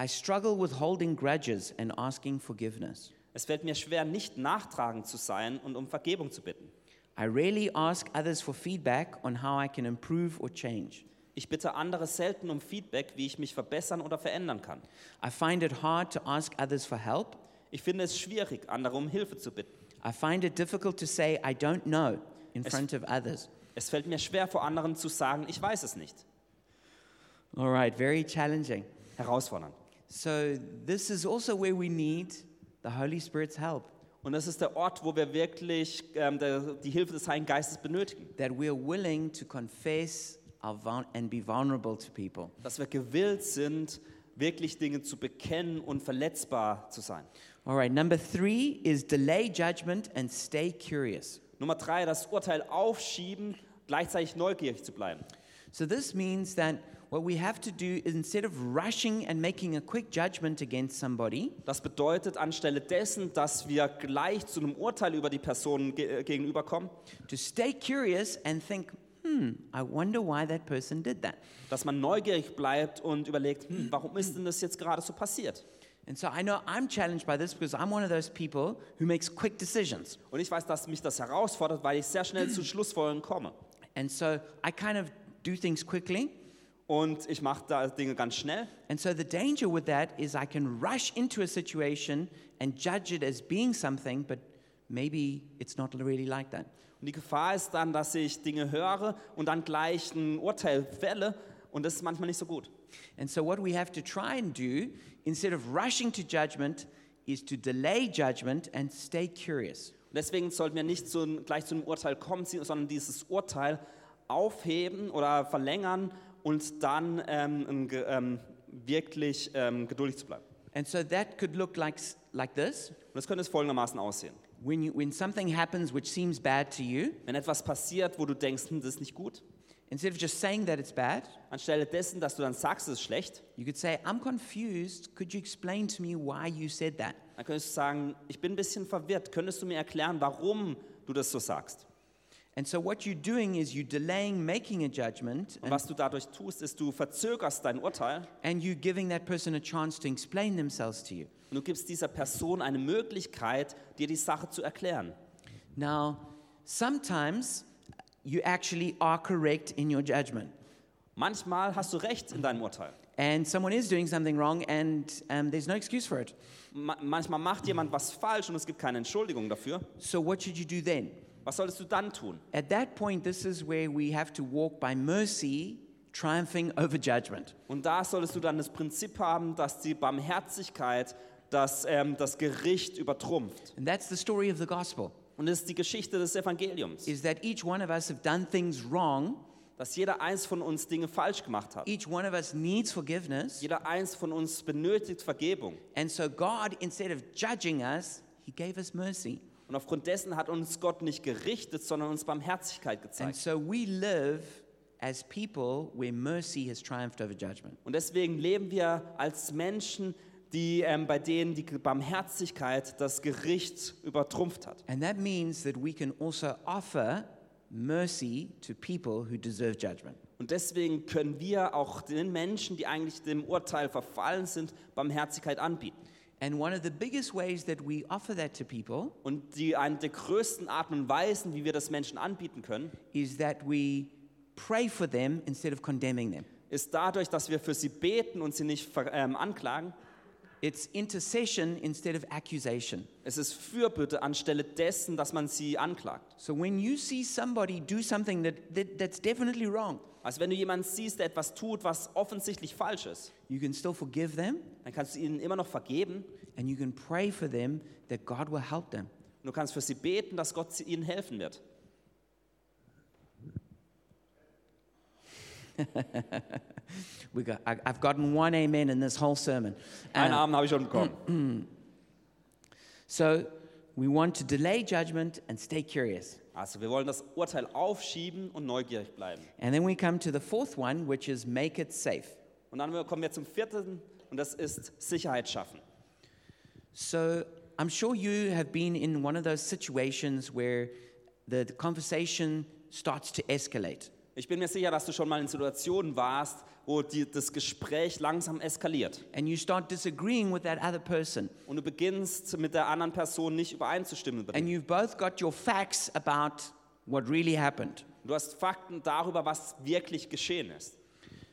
Speaker 1: I struggle with holding grudges and asking forgiveness.
Speaker 2: Es fällt mir schwer, nicht nachtragend zu sein und um Vergebung zu bitten.
Speaker 1: I rarely ask others for feedback on how I can improve or change.
Speaker 2: Ich bitte andere selten um Feedback, wie ich mich verbessern oder verändern kann.
Speaker 1: I find it hard to ask others for help.
Speaker 2: Ich finde es schwierig, andere um Hilfe zu bitten.
Speaker 1: I find it difficult to say I don't know in
Speaker 2: Es-
Speaker 1: front of others.
Speaker 2: Es fällt mir schwer, vor anderen zu sagen, ich weiß es nicht.
Speaker 1: All right, very challenging.
Speaker 2: Herausfordernd.
Speaker 1: So, this is also where we need the Holy Spirit's help
Speaker 2: Und das ist der Ort, wo wir wirklich ähm, der, die Hilfe des Heiligen Geistes benötigen.
Speaker 1: that we are willing to confess our vul- and be vulnerable to people.
Speaker 2: Dass wir gewillt sind, wirklich Dinge zu bekennen und verletzbar zu sein.
Speaker 1: All right, number three is delay judgment and stay curious.
Speaker 2: Nummer drei, das Urteil aufschieben, gleichzeitig neugierig zu bleiben.
Speaker 1: So, this means that what we have to do is instead of rushing and making a quick judgment against somebody,
Speaker 2: Das bedeutet, anstelle dessen, dass wir gleich zu einem Urteil über die Person ge äh, gegenüberkommen,
Speaker 1: to stay curious and think, hmm, I wonder why that person did that.
Speaker 2: dass man neugierig bleibt und überlegt, hm, warum ist denn das jetzt gerade so passiert?
Speaker 1: And so I know I'm challenged by this because I'm one of those people who makes quick decisions.
Speaker 2: Und ich weiß, dass mich das herausfordert, weil ich sehr schnell zu Schlussfolgerungen komme.
Speaker 1: And so I kind of do things quickly.
Speaker 2: Und ich mache da Dinge ganz schnell.
Speaker 1: And so the danger with that is I can rush into a situation and judge it as being something, but maybe it's not really like that.
Speaker 2: Und die Gefahr ist dann, dass ich Dinge höre und dann gleich ein Urteil fälle. Und das ist manchmal nicht so gut.
Speaker 1: And so what we have to try and do, instead of rushing to judgment, is to delay judgment and stay curious.
Speaker 2: Und deswegen sollten wir nicht so ein, gleich zu einem Urteil kommen, sondern dieses Urteil aufheben oder verlängern und dann ähm, ein Ge- ähm, wirklich ähm, geduldig zu bleiben.
Speaker 1: And so that could look like, s- like this.
Speaker 2: Und das könnte es folgendermaßen aussehen.
Speaker 1: When, you, when something happens which seems bad to you,
Speaker 2: Wenn etwas passiert, wo du denkst, hm, das ist nicht gut,
Speaker 1: instead of just saying that it's bad,
Speaker 2: anstelle dessen, dass du dann sagst, es ist schlecht,
Speaker 1: You could say, I'm confused. Could you explain to me why you said that?
Speaker 2: dann könntest du sagen, ich bin ein bisschen verwirrt, könntest du mir erklären, warum du das so sagst?
Speaker 1: And so, what you're doing is you're delaying making a judgment
Speaker 2: Und
Speaker 1: and,
Speaker 2: was du dadurch tust, ist, du verzögerst dein Urteil
Speaker 1: and you're giving that person a chance to explain themselves to you.
Speaker 2: und du gibst dieser Person eine Möglichkeit, dir die Sache zu erklären.
Speaker 1: Now, sometimes you actually are correct in your judgment,
Speaker 2: Manchmal hast du recht in deinem Urteil.
Speaker 1: and someone is doing something wrong, and um, there's no excuse for it.
Speaker 2: Ma manchmal macht jemand was falsch und es gibt keine Entschuldigung dafür.
Speaker 1: So, what should you do then?
Speaker 2: Was solltest du dann tun?
Speaker 1: At that point, this is where we have to walk by mercy, triumphing over judgment.
Speaker 2: Und da solltest du dann das Prinzip haben, dass die Barmherzigkeit das, ähm, das Gericht übertrumpft.
Speaker 1: And that's the story of the gospel.
Speaker 2: Und das ist die Geschichte des Evangeliums,
Speaker 1: is that each one of us have done things wrong.
Speaker 2: dass jeder eins von uns Dinge falsch gemacht hat.
Speaker 1: Each one of us needs forgiveness.
Speaker 2: Jeder eins von uns benötigt Vergebung.
Speaker 1: And so God, instead of judging us, he gave us mercy.
Speaker 2: Und aufgrund dessen hat uns Gott nicht gerichtet, sondern uns Barmherzigkeit
Speaker 1: And
Speaker 2: gezeigt.
Speaker 1: so we live as people where mercy has triumphed over judgment.
Speaker 2: Und deswegen leben wir als Menschen, die, ähm, bei denen die Barmherzigkeit das Gericht übertrumpft hat.
Speaker 1: And that means that we can also offer mercy to people who deserve judgment.
Speaker 2: Und deswegen können wir auch den Menschen, die eigentlich dem Urteil verfallen sind, Barmherzigkeit anbieten.
Speaker 1: And one of the biggest ways that we offer that to people
Speaker 2: Und die eine der größten Arten und Weisen, wie wir das Menschen anbieten können,
Speaker 1: is that we pray for them instead of condemning them.
Speaker 2: ist dadurch, dass wir für sie beten und sie nicht ver- ähm, anklagen.
Speaker 1: It's intercession instead of accusation.
Speaker 2: Es ist Fürbitte anstelle dessen, dass man sie anklagt.
Speaker 1: So when you see somebody do something that, that that's definitely wrong,
Speaker 2: Also wenn du jemanden siehst, der etwas tut, was offensichtlich falsch ist,
Speaker 1: you can still forgive them
Speaker 2: dann kannst du ihnen immer noch vergeben
Speaker 1: and you can pray for them that God will help them.
Speaker 2: und du kannst für sie beten, dass Gott sie- ihnen helfen wird.
Speaker 1: We go, I, I've gotten one amen in this whole sermon.
Speaker 2: Einen
Speaker 1: Um,
Speaker 2: Abend habe ich schon bekommen.
Speaker 1: so we want to delay judgment and stay curious.
Speaker 2: Also wir wollen das Urteil aufschieben und neugierig bleiben.
Speaker 1: And then we come to the fourth one, which is make it safe.
Speaker 2: Und dann kommen wir zum vierten und das ist Sicherheit schaffen.
Speaker 1: So I'm sure you have been in one of those situations where the conversation starts to escalate.
Speaker 2: Ich bin mir sicher, dass du schon mal in Situationen warst, wo die, das Gespräch langsam eskaliert
Speaker 1: and you start disagreeing with that other person.
Speaker 2: und du beginnst mit der anderen Person nicht übereinzustimmen.
Speaker 1: And you've both got your facts about what really happened.
Speaker 2: Du hast Fakten darüber, was wirklich geschehen ist.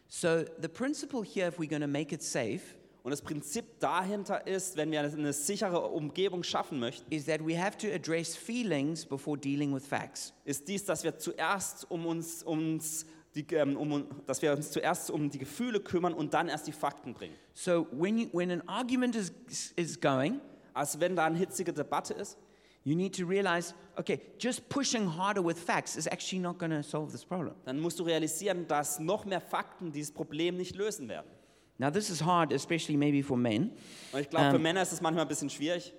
Speaker 1: So, the principle here, if we're going to make it safe,
Speaker 2: Und das Prinzip dahinter ist, wenn wir eine sichere Umgebung schaffen möchten,
Speaker 1: is that we have to address feelings before dealing with facts.
Speaker 2: ist dies, dass wir zuerst um uns, uns die, ähm, um, dass wir uns zuerst um die Gefühle kümmern und dann erst die Fakten bringen.
Speaker 1: So, when, you, when an argument is, is going,
Speaker 2: Also wenn da eine hitzige Debatte ist,
Speaker 1: you need to realize okay, just pushing harder with facts is actually not going to solve this problem.
Speaker 2: dann musst du realisieren, dass noch mehr Fakten dieses Problem nicht lösen werden.
Speaker 1: Now, this is hard, especially maybe for men.
Speaker 2: Und ich glaube, für Männer ist es manchmal ein bisschen schwierig,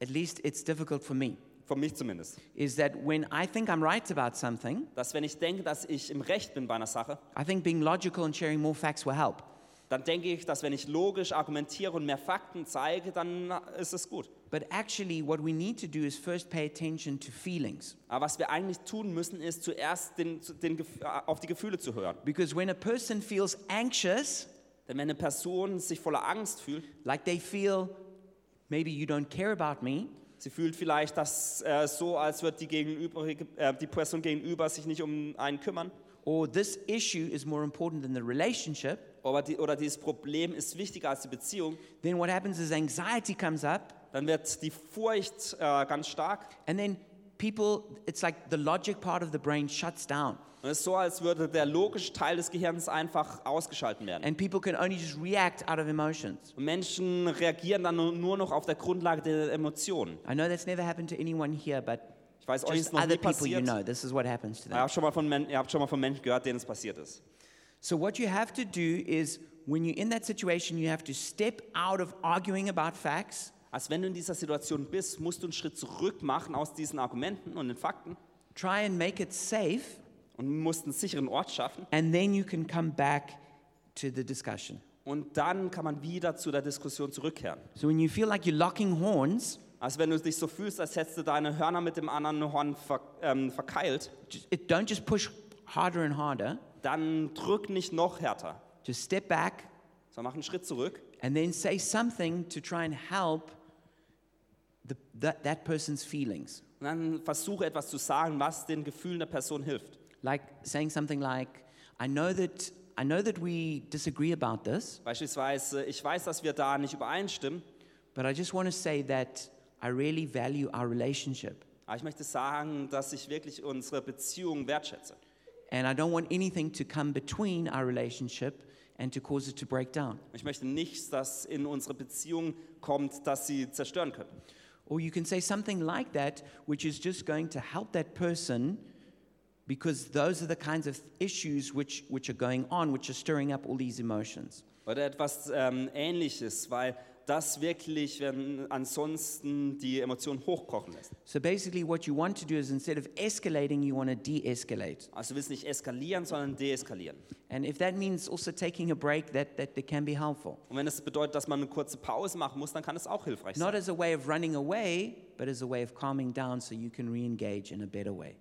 Speaker 1: At least it's difficult for me.
Speaker 2: für mich zumindest,
Speaker 1: Is that when I think I'm right about something,
Speaker 2: dass wenn ich denke, dass ich im Recht bin bei einer Sache,
Speaker 1: I think being logical and sharing more facts will help.
Speaker 2: dann denke ich, dass wenn ich logisch argumentiere und mehr Fakten zeige, dann ist es gut.
Speaker 1: But actually, what we need to do is first pay attention to feelings.
Speaker 2: Aber was wir eigentlich tun müssen, ist zuerst den, zu- den, Gef- äh, auf die Gefühle zu hören.
Speaker 1: Because when a person feels anxious,
Speaker 2: Denn wenn eine Person sich voller Angst fühlt,
Speaker 1: like they feel maybe you don't care about me,
Speaker 2: sie fühlt vielleicht das äh, so, als würde die, gegenüberige- äh, die Person gegenüber sich nicht um einen kümmern.
Speaker 1: or this issue is more important than the relationship,
Speaker 2: Oder, die, oder dieses Problem ist wichtiger als die Beziehung,
Speaker 1: then what happens is anxiety comes up,
Speaker 2: dann wird die Furcht äh, ganz stark.
Speaker 1: and then people, it's like the logic part of the brain shuts down,
Speaker 2: Und es ist so, als würde der logische Teil des Gehirns einfach ausgeschalten werden.
Speaker 1: and people can only just react out of emotions.
Speaker 2: Und Menschen reagieren dann nur- nur noch auf der Grundlage der Emotionen.
Speaker 1: I know that's never happened to anyone here, but
Speaker 2: Ich weiß, euch ist
Speaker 1: just
Speaker 2: noch
Speaker 1: other
Speaker 2: nie
Speaker 1: people you
Speaker 2: passiert.
Speaker 1: know, this is what happens to
Speaker 2: Ihr
Speaker 1: them.
Speaker 2: habt, schon mal von Men ihr habt schon mal von Menschen gehört, denen es passiert ist.
Speaker 1: So, what you have to do is when you're in that situation, you have to step out of arguing about facts,
Speaker 2: Als wenn du in dieser Situation bist, musst du einen Schritt zurück machen aus diesen Argumenten und den Fakten
Speaker 1: try and make it safe,
Speaker 2: und musst einen sicheren Ort schaffen.
Speaker 1: and then you can come back to the discussion.
Speaker 2: Und dann kann man wieder zu der Diskussion zurückkehren.
Speaker 1: So, when you feel like you're locking horns,
Speaker 2: Also wenn du dich so fühlst, als hättest du deine Hörner mit dem anderen Horn ver ähm, verkeilt,
Speaker 1: just, it, don't just push harder and harder,
Speaker 2: dann drück nicht noch härter,
Speaker 1: just step back
Speaker 2: sondern mach einen Schritt zurück
Speaker 1: and then say something to try and help the, that, that person's feelings.
Speaker 2: und dann versuche etwas zu sagen, was den Gefühlen der Person hilft.
Speaker 1: Like saying something like, I know that, I know that we disagree about this.
Speaker 2: Beispielsweise, ich weiß, dass wir da nicht übereinstimmen,
Speaker 1: But I just want to say that I really value our relationship.
Speaker 2: aber ich möchte sagen, dass ich wirklich unsere Beziehung wertschätze.
Speaker 1: And I don't want anything to come between our relationship and to cause it to break down.
Speaker 2: Ich möchte nichts, das in unsere Beziehung kommt, das sie zerstören können.
Speaker 1: Or you can say something like that, which is just going to help that person because those are the kinds of issues which, which are going on, which are stirring up all these emotions.
Speaker 2: Oder etwas ähm, Ähnliches, weil das wirklich wenn ansonsten die Emotionen hochkochen lässt.
Speaker 1: So basically, what you want to do is instead of escalating, you want to de escalate.
Speaker 2: Also du willst nicht eskalieren, sondern deeskalieren.
Speaker 1: And if that means also taking a break, that, that, that can be helpful.
Speaker 2: Und wenn das bedeutet, dass man eine kurze Pause machen muss, dann kann es auch hilfreich sein.
Speaker 1: Not as a way of running away, but as a way of calming down so you can re engage in a better way.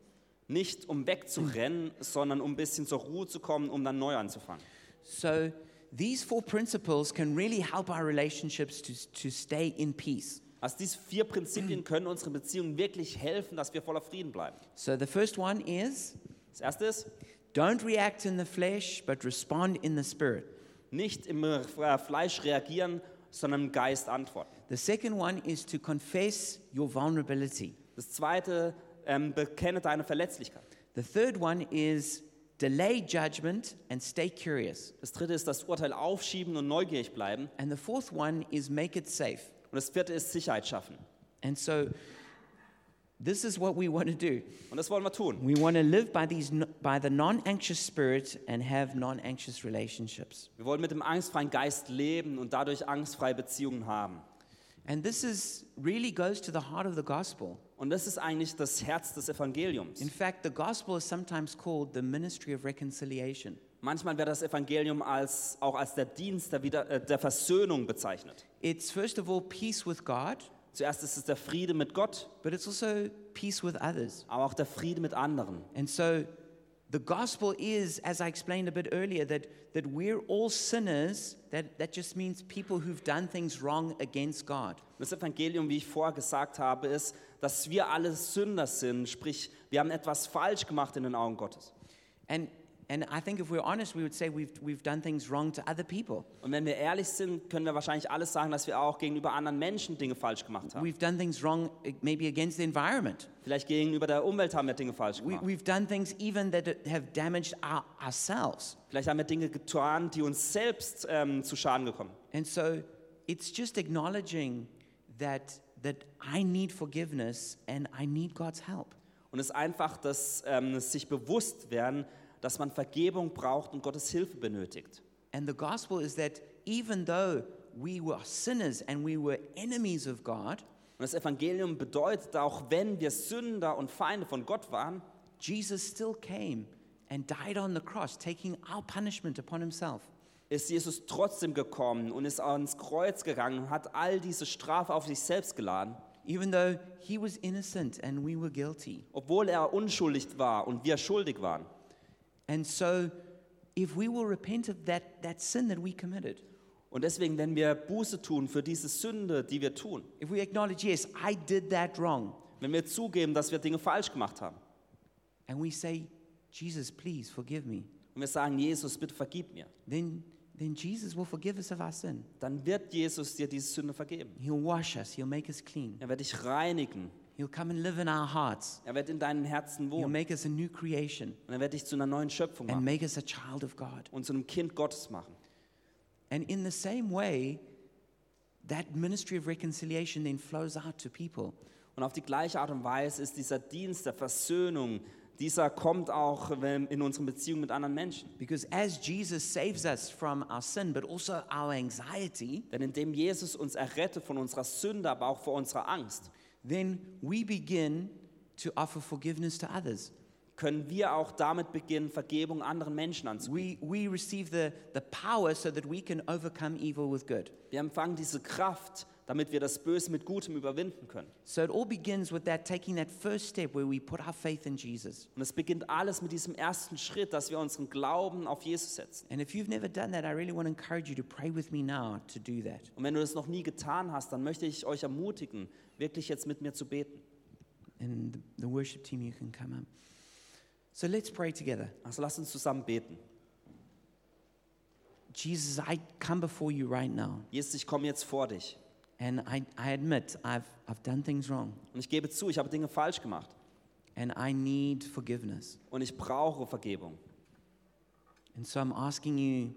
Speaker 2: Nicht um wegzurennen, sondern um ein bisschen zur Ruhe zu kommen, um dann neu anzufangen.
Speaker 1: So, these four principles can really help our relationships to, to stay in peace.
Speaker 2: Also diese vier Prinzipien können unseren Beziehungen wirklich helfen, dass wir voller Frieden bleiben.
Speaker 1: So, the first one is
Speaker 2: Das erste ist,
Speaker 1: don't react in the flesh, but respond in the spirit.
Speaker 2: nicht im äh, Fleisch reagieren, sondern im Geist antworten.
Speaker 1: The second one is to confess your vulnerability.
Speaker 2: Das zweite, ähm, bekenne deine Verletzlichkeit.
Speaker 1: The third one is delay judgment and stay curious.
Speaker 2: Das dritte ist das Urteil aufschieben und neugierig bleiben.
Speaker 1: And the fourth one is make it safe.
Speaker 2: Und das vierte ist Sicherheit schaffen.
Speaker 1: And so, this is what we want to do.
Speaker 2: Und das wollen wir tun.
Speaker 1: We want to live by, these, by the non anxious spirit and have non anxious relationships.
Speaker 2: Wir wollen mit dem angstfreien Geist leben und dadurch angstfreie Beziehungen haben.
Speaker 1: And this is, really goes to the heart of the gospel.
Speaker 2: Und das ist eigentlich das Herz des Evangeliums.
Speaker 1: In fact, the gospel is sometimes called the ministry of reconciliation.
Speaker 2: Manchmal wird das Evangelium als, auch als der Dienst der, Wieder, äh, der Versöhnung bezeichnet.
Speaker 1: It's first of all peace with God,
Speaker 2: Zuerst ist es der Friede mit Gott,
Speaker 1: but it's also peace with others.
Speaker 2: aber auch der Friede mit anderen.
Speaker 1: And so The gospel is, as I explained a bit earlier, that, that we're all sinners. That, that just means people who've done things wrong against God.
Speaker 2: Das Evangelium, wie ich vorher gesagt habe, ist, dass wir alle Sünder sind, sprich, wir haben etwas falsch gemacht in den Augen Gottes.
Speaker 1: And, and I think if we're honest, we would say we've, we've done things wrong to other people.
Speaker 2: Und wenn wir ehrlich sind, können wir wahrscheinlich alles sagen, dass wir auch gegenüber anderen Menschen Dinge falsch gemacht haben.
Speaker 1: We've done things wrong, eh, maybe against the environment.
Speaker 2: Vielleicht gegenüber der Umwelt haben wir Dinge falsch
Speaker 1: We,
Speaker 2: gemacht.
Speaker 1: we've done things even that eh, have damaged our, ourselves.
Speaker 2: Vielleicht haben wir Dinge getan, die uns selbst ähm, zu Schaden gekommen.
Speaker 1: And so it's just acknowledging that, that I need forgiveness and I need God's help.
Speaker 2: Und es ist einfach, dass ähm, sich bewusst werden, dass man Vergebung braucht und Gottes Hilfe benötigt.
Speaker 1: And the gospel is that even though we were sinners and we were enemies of God,
Speaker 2: Und das Evangelium bedeutet, auch wenn wir Sünder und Feinde von Gott waren,
Speaker 1: Jesus still came and died on the cross, taking our punishment upon himself.
Speaker 2: ist Jesus trotzdem gekommen und ist ans Kreuz gegangen und hat all diese Strafe auf sich selbst geladen,
Speaker 1: Even though he was innocent and we were guilty.
Speaker 2: obwohl er unschuldig war und wir schuldig waren.
Speaker 1: And so, if we will repent of that, that sin that we committed,
Speaker 2: Und deswegen, wenn wir Buße tun für diese Sünde, die wir tun,
Speaker 1: if we acknowledge, yes, I did that wrong,
Speaker 2: wenn wir zugeben, dass wir Dinge falsch gemacht haben
Speaker 1: and we say, Jesus, please forgive me,
Speaker 2: und wir sagen, Jesus, bitte vergib mir,
Speaker 1: then, then Jesus will forgive us of our sin.
Speaker 2: dann wird Jesus dir diese Sünde vergeben.
Speaker 1: He'll wash us, He'll make us clean,
Speaker 2: Er wird dich reinigen.
Speaker 1: He'll come and live in our hearts,
Speaker 2: Er wird in deinen Herzen
Speaker 1: He'll
Speaker 2: wohnen.
Speaker 1: make us a new creation,
Speaker 2: Und er wird dich zu einer neuen Schöpfung
Speaker 1: and
Speaker 2: machen
Speaker 1: make us a child of God.
Speaker 2: und zu einem Kind Gottes machen.
Speaker 1: And in the same way, that ministry of reconciliation then flows out to people.
Speaker 2: Und auf die gleiche Art und Weise ist dieser Dienst der Versöhnung, dieser kommt auch wenn- in unseren Beziehungen mit anderen Menschen.
Speaker 1: Because as Jesus saves us from our sin, but also our anxiety,
Speaker 2: Denn indem Jesus uns errettet von unserer Sünde, aber auch vor unserer Angst,
Speaker 1: then we begin to offer forgiveness to others.
Speaker 2: können wir auch damit beginnen, Vergebung anderen Menschen anzubieten.
Speaker 1: We, we receive the, the power so that we can overcome evil with good.
Speaker 2: Wir empfangen diese Kraft, damit wir das Böse mit Gutem überwinden können.
Speaker 1: So it all begins with that taking that first step where we put our faith in Jesus.
Speaker 2: Und es beginnt alles mit diesem ersten Schritt, dass wir unseren Glauben auf Jesus setzen.
Speaker 1: And if you've never done that, I really want to encourage you to pray with me now to do that.
Speaker 2: Und wenn du das noch nie getan hast, dann möchte ich euch ermutigen, wirklich jetzt mit mir zu beten.
Speaker 1: And the- the worship team, you can come up. So let's pray together.
Speaker 2: Also lasst uns zusammen beten.
Speaker 1: Jesus, I come before you right now.
Speaker 2: Jesus, ich komme jetzt vor dich.
Speaker 1: And I, I admit I've, I've done things wrong.
Speaker 2: Und ich gebe zu, ich habe Dinge falsch gemacht.
Speaker 1: And I need forgiveness.
Speaker 2: Und ich brauche Vergebung.
Speaker 1: And so I'm asking you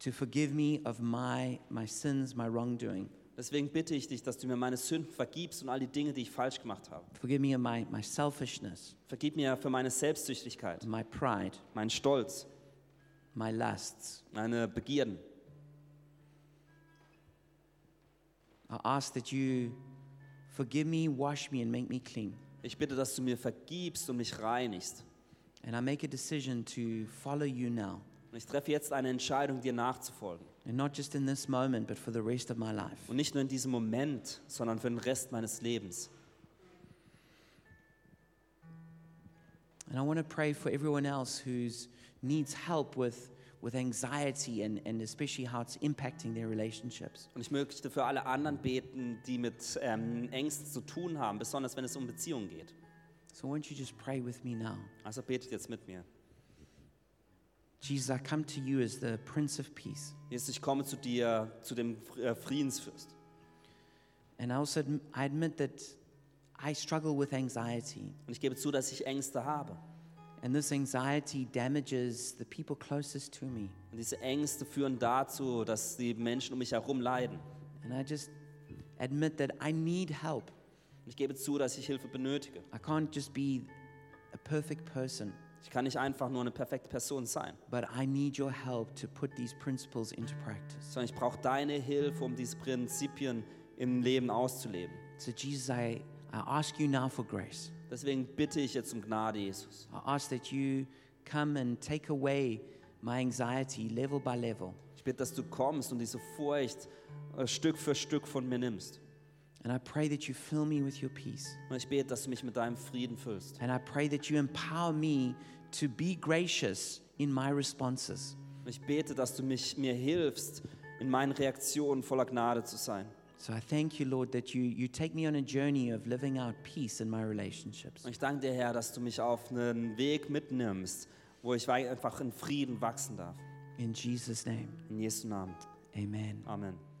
Speaker 1: to forgive me of my, my sins, my wrongdoing.
Speaker 2: Deswegen bitte ich dich, dass du mir meine Sünden vergibst und all die Dinge, die ich falsch gemacht habe.
Speaker 1: Forgive me of my, my selfishness,
Speaker 2: Vergib mir für meine Selbstsüchtigkeit,
Speaker 1: my pride,
Speaker 2: meinen Stolz,
Speaker 1: my lusts.
Speaker 2: meine Begierden.
Speaker 1: I ask that you forgive me, wash me, and make me clean.
Speaker 2: Ich bitte, dass du mir vergibst und mich reinigst.
Speaker 1: And I make a decision to follow you now.
Speaker 2: Und ich treffe jetzt eine Entscheidung, dir nachzufolgen.
Speaker 1: And not just in this moment, but for the rest of my life.
Speaker 2: Und nicht nur in diesem Moment, sondern für den Rest meines Lebens.
Speaker 1: And I want to pray for everyone else who's needs help with, with anxiety and, and especially how it's impacting their relationships.
Speaker 2: Und ich möchte für alle anderen beten, die mit ähm, Ängsten zu tun haben, besonders wenn es um Beziehungen geht.
Speaker 1: So won't you just pray with me now?
Speaker 2: Also betet jetzt mit mir.
Speaker 1: Jesus, I come to you as the Prince of Peace.
Speaker 2: Jesus, ich komme zu dir, zu dem äh, Friedensfürst.
Speaker 1: And I also adm- I admit that I struggle with anxiety.
Speaker 2: Und ich gebe zu, dass ich Ängste habe.
Speaker 1: And this anxiety damages the people closest to me.
Speaker 2: Und diese Ängste führen dazu, dass die Menschen um mich herum leiden.
Speaker 1: And I just admit that I need help.
Speaker 2: Und ich gebe zu, dass ich Hilfe benötige.
Speaker 1: I can't just be a perfect person,
Speaker 2: Ich kann nicht einfach nur eine perfekte Person sein,
Speaker 1: but I need your help to put these principles into practice.
Speaker 2: sondern ich brauche deine Hilfe, um diese Prinzipien im Leben auszuleben.
Speaker 1: So, Jesus, I, I ask you now for grace.
Speaker 2: Deswegen bitte ich jetzt um Gnade, Jesus.
Speaker 1: I ask that you come and take away my anxiety level by level.
Speaker 2: Ich bitte, dass du kommst und diese Furcht äh, Stück für Stück von mir nimmst.
Speaker 1: And I pray that you fill me with your peace.
Speaker 2: Und ich bete, dass du mich mit deinem Frieden füllst.
Speaker 1: And I pray that you empower me to be gracious in my responses.
Speaker 2: Und ich bete, dass du mich, mir hilfst, in meinen Reaktionen voller Gnade zu sein.
Speaker 1: So I thank you, Lord, that you, you take me on a journey of living out peace in my relationships.
Speaker 2: Und ich danke dir, Herr, dass du mich auf einen Weg mitnimmst, wo ich wei- einfach in Frieden wachsen darf.
Speaker 1: In Jesus' name,
Speaker 2: In Jesu Namen.
Speaker 1: amen.
Speaker 2: Amen.